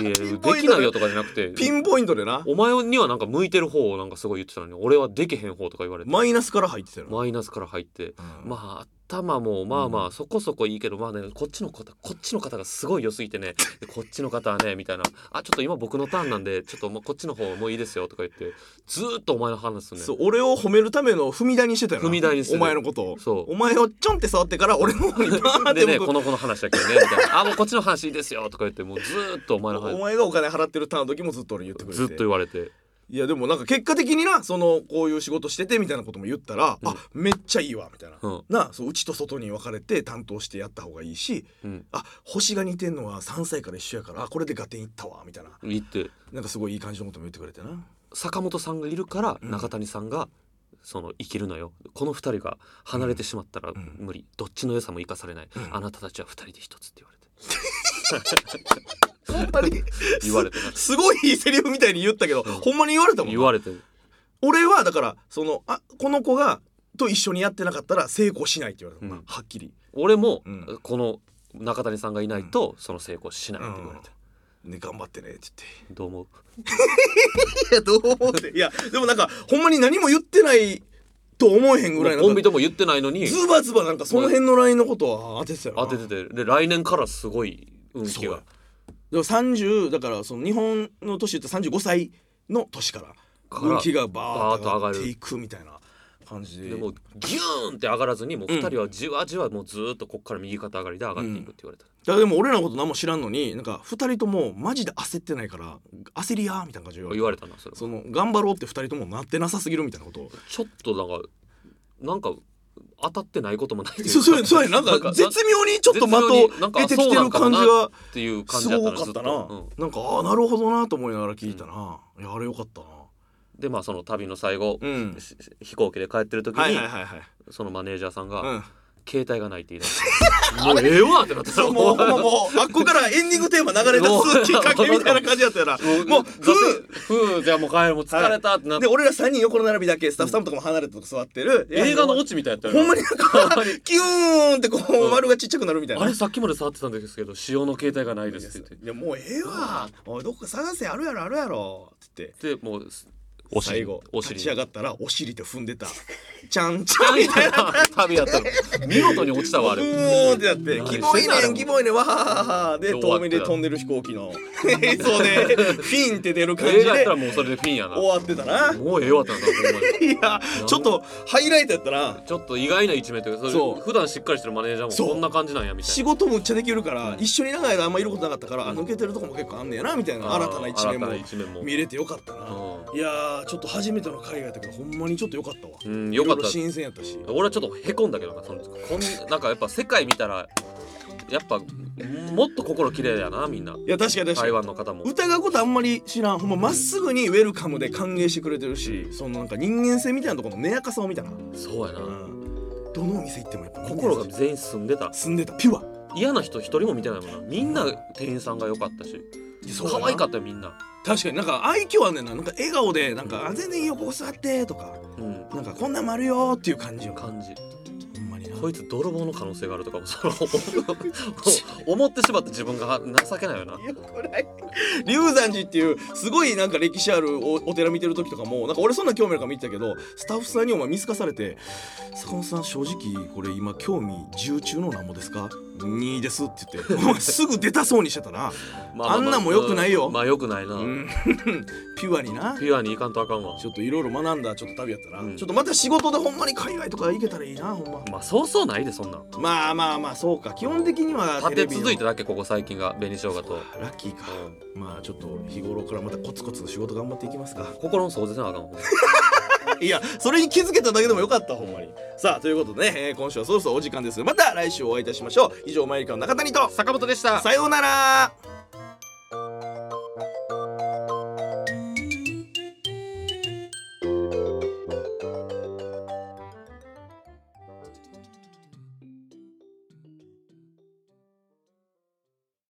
Speaker 4: 言 ういやできないよ」とかじゃなくて
Speaker 5: ピンポイントでな
Speaker 4: お前にはなんか向いてる方をなんかすごい言ってたのに俺はできへん方とか言われて
Speaker 5: マイナスから入ってたよな
Speaker 4: マイナスから入っ
Speaker 5: う
Speaker 4: て、
Speaker 5: ん
Speaker 4: まあ頭もまあまあそこそこいいけど、まあねこっちの方こっちの方がすごい良すぎてねでこっちの方はねみたいな「あちょっと今僕のターンなんでちょっともうこっちの方もういいですよ」とか言ってずーっとお前の話すんねん
Speaker 5: そう俺を褒めるための踏み台にしてたよな
Speaker 4: 踏み台にして
Speaker 5: お
Speaker 4: る
Speaker 5: 前のことを
Speaker 4: そう
Speaker 5: お前をちょんって触ってから俺の方にバーって
Speaker 4: でね
Speaker 5: 向こう
Speaker 4: この子の話だけどねみたいな「あも うこっちの話いいですよ」とか言ってもうずーっとお前の
Speaker 5: お
Speaker 4: 話
Speaker 5: 前がお金払ってるターンの時もずっと俺言ってくれて
Speaker 4: ずっと言われて
Speaker 5: いやでもなんか結果的になそのこういう仕事しててみたいなことも言ったら、
Speaker 4: うん
Speaker 5: あめっちゃいいわみたいな、
Speaker 4: うん
Speaker 5: なそううちと外に分かれて担当してやった方がいいし
Speaker 4: うん
Speaker 5: あ星が似てんのは3歳から一緒やからあこれで合点いったわみたいな
Speaker 4: 言って
Speaker 5: なんかすごいいい感じのことも言ってくれてな
Speaker 4: 坂本さんがいるから
Speaker 5: うん
Speaker 4: 中谷さんが、その生きるのよこの2人が離れてしまったら
Speaker 5: ん
Speaker 4: 無理、どっちの良さも生かされない、
Speaker 5: ん
Speaker 4: あなたたちは2人で1つって言われて
Speaker 5: ほんまに
Speaker 4: 言われてな
Speaker 5: すごいいいセリフみたいに言ったけど、ほんまに言われたもん
Speaker 4: 言
Speaker 5: な
Speaker 4: われて
Speaker 5: 俺はだからそのあこの子がと一緒にやってなかったら成功しないって言われたもんな、
Speaker 4: うん
Speaker 5: はっきり
Speaker 4: 俺も、
Speaker 5: うん
Speaker 4: この中谷さんがいないとその成功しないって言われて、
Speaker 5: ね頑張ってねって言って。
Speaker 4: どう思う
Speaker 5: いやどう思って いやでもなんかほんまに何も言ってないと思えへんぐらいな
Speaker 4: コン
Speaker 5: ん
Speaker 4: ビ
Speaker 5: か
Speaker 4: とも言ってないのに
Speaker 5: ズバズバなんかその辺のラインのことは当ててたよな
Speaker 4: 当てててで来年からすごい運気
Speaker 5: そう
Speaker 4: が
Speaker 5: やでも30だからその日本の年言ったら35歳の年から
Speaker 4: から
Speaker 5: 運気がバーッと上がっ
Speaker 4: バーッと上が
Speaker 5: て
Speaker 4: る
Speaker 5: いくみたいな感じで
Speaker 4: でもうギューンって上がらずにもう2人はじわじわもうずーっとこっから右肩上がりで上がっていくって言われた、
Speaker 5: だからでも俺らのこと何も知らんのになんか2人ともマジで焦ってないから焦りやーみたいな感じで言
Speaker 4: 言
Speaker 5: わ
Speaker 4: わ
Speaker 5: れ
Speaker 4: れ
Speaker 5: て
Speaker 4: たなそれ
Speaker 5: その頑張ろうって2人ともなってなさすぎるみたいなことを
Speaker 4: ちょっとなんかなんか当たってないこともないという
Speaker 5: そうそうそうやなんか絶妙にちょっと的を
Speaker 4: 絶妙になんか
Speaker 5: 出てきてる感じが
Speaker 4: っていう感
Speaker 5: す
Speaker 4: じだった
Speaker 5: ご
Speaker 4: の
Speaker 5: かったな、
Speaker 4: ずとうん
Speaker 5: なんかああなるほどなと思いながら聞いたな、いやあれよかったな
Speaker 4: でまあその旅の最後、
Speaker 5: うん
Speaker 4: しし飛行機で帰ってる時に、
Speaker 5: はいはいはいはい
Speaker 4: そのマネージャーさんが、
Speaker 5: うん
Speaker 4: 携帯がないって言い出してもうええわってなってた
Speaker 5: そうもうほんまもうあっこからエンディングテーマ流れ出すきっかけみたいな感じだったよなもうふう
Speaker 4: ふうじゃあもう帰るもう疲れたってなっ
Speaker 5: で
Speaker 4: て、
Speaker 5: 俺ら3人横の並びだけスタッフさんとかも離れて座ってる、
Speaker 4: 映画のオ
Speaker 5: ち
Speaker 4: チみたいやったよな
Speaker 5: ほんまになんか キューンってこう、
Speaker 4: うん
Speaker 5: 丸がちっちゃくなるみたいな
Speaker 4: あれさっきまで触ってたんですけど仕様の携帯がないですって
Speaker 5: いやもうええわおいどっか探せあるやろあるやろって言って
Speaker 4: 言ってでもう
Speaker 5: お
Speaker 4: 尻
Speaker 5: 最後
Speaker 4: お尻
Speaker 5: 立ち上がったらお尻で踏んで たちゃんちゃんみたいな
Speaker 4: 旅やったの見事に落ちたわあ
Speaker 5: ブー
Speaker 4: れ
Speaker 5: ンってなって「キモい
Speaker 4: 何
Speaker 5: ね
Speaker 4: してん
Speaker 5: ん
Speaker 4: の
Speaker 5: キモいねんわはははは」で
Speaker 4: で終
Speaker 5: 遠
Speaker 4: わって
Speaker 5: 目で飛んでる飛行 機の映像でフィンって出る感じ
Speaker 4: 映画やっ
Speaker 5: で
Speaker 4: たらもうそれでピンやな
Speaker 5: 終わってたな
Speaker 4: もうええわってなったほんまに
Speaker 5: いやちょっとハイライトやったな
Speaker 4: ちょっと意外な一面というか
Speaker 5: そ
Speaker 4: そうれ普段しっかりしてるマネージャー
Speaker 5: そう
Speaker 4: もこんな感じなんやみたいな
Speaker 5: 仕事むっちゃできるから一緒に長い間あんまいることなかったからあ抜けてるとこも結構あんねやなみたいな
Speaker 4: あー
Speaker 5: 新たな一面も
Speaker 4: 新たな一面も
Speaker 5: 見れてよかったな
Speaker 4: う
Speaker 5: いやーちょっと初めての海外だけどほんまにちょっとよかったわ
Speaker 4: うんよかった
Speaker 5: いろいろ新鮮やったし
Speaker 4: 俺はちょっとへこんだけどなそのこんなんかやっぱ世界見たらやっぱもっと心綺麗やなみんない
Speaker 5: や確かに確か
Speaker 4: 台
Speaker 5: に
Speaker 4: 湾の方も
Speaker 5: 疑うことあんまり知らんほんままっすぐにウェルカムで歓迎してくれてるしそのなんか人間性みたいなところの根やかさを見たな、う、
Speaker 4: そうやなん
Speaker 5: どのお店行ってもやっぱ
Speaker 4: 心が
Speaker 5: 人間性
Speaker 4: 全員住んでた
Speaker 5: 住んでたピュア
Speaker 4: 嫌な人一人も見てないもんなみんな店員さんが良かったし可愛かったよみんな
Speaker 5: 確かになんか愛嬌あんねんななんか笑顔でなんか「あ全然いいよここ座って」とか
Speaker 4: うん
Speaker 5: なんか「こんなんもあるよ」っていう感じをほ
Speaker 4: 感じ
Speaker 5: んまにな
Speaker 4: こいつ泥棒の可能性があるとかもそ の思ってしまって自分が情けないよない
Speaker 5: やこれ龍山寺っていうすごいなんか歴史あるおお寺見てる時とかもなんか俺そんな興味あるから見てたけどスタッフさんにお前見透かされて「坂本さん正直これ今興味重中のなんぼですか?」「2です」って言ってお前すぐ出たそうにしてたな
Speaker 4: ま
Speaker 5: あんなんも良くないよ
Speaker 4: まあ良くないな、
Speaker 5: うんピュアにな
Speaker 4: ピュアにいかんとあかんわ
Speaker 5: ちょっといろいろ学んだちょっと旅やったな、
Speaker 4: うん
Speaker 5: ちょっとまた仕事でほんまに海外とか行けたらいいなほんま
Speaker 4: まあそうそうないでそんなん
Speaker 5: まあまあまあそうか基本的には
Speaker 4: 立
Speaker 5: テ
Speaker 4: て
Speaker 5: レビの
Speaker 4: 続いただけここ最近が紅生姜と
Speaker 5: ラッキーか、まあちょっと日頃からまたコツコツ仕事頑張っていきますか
Speaker 4: 心の掃除せなあかんわ
Speaker 5: いやそれに気づけただけでもよかったほんまにさあということでね、えー今週はそろそろお時間ですまた来週お会いいたしましょう以上マイリカの中谷と
Speaker 4: 坂本でした
Speaker 5: さようなら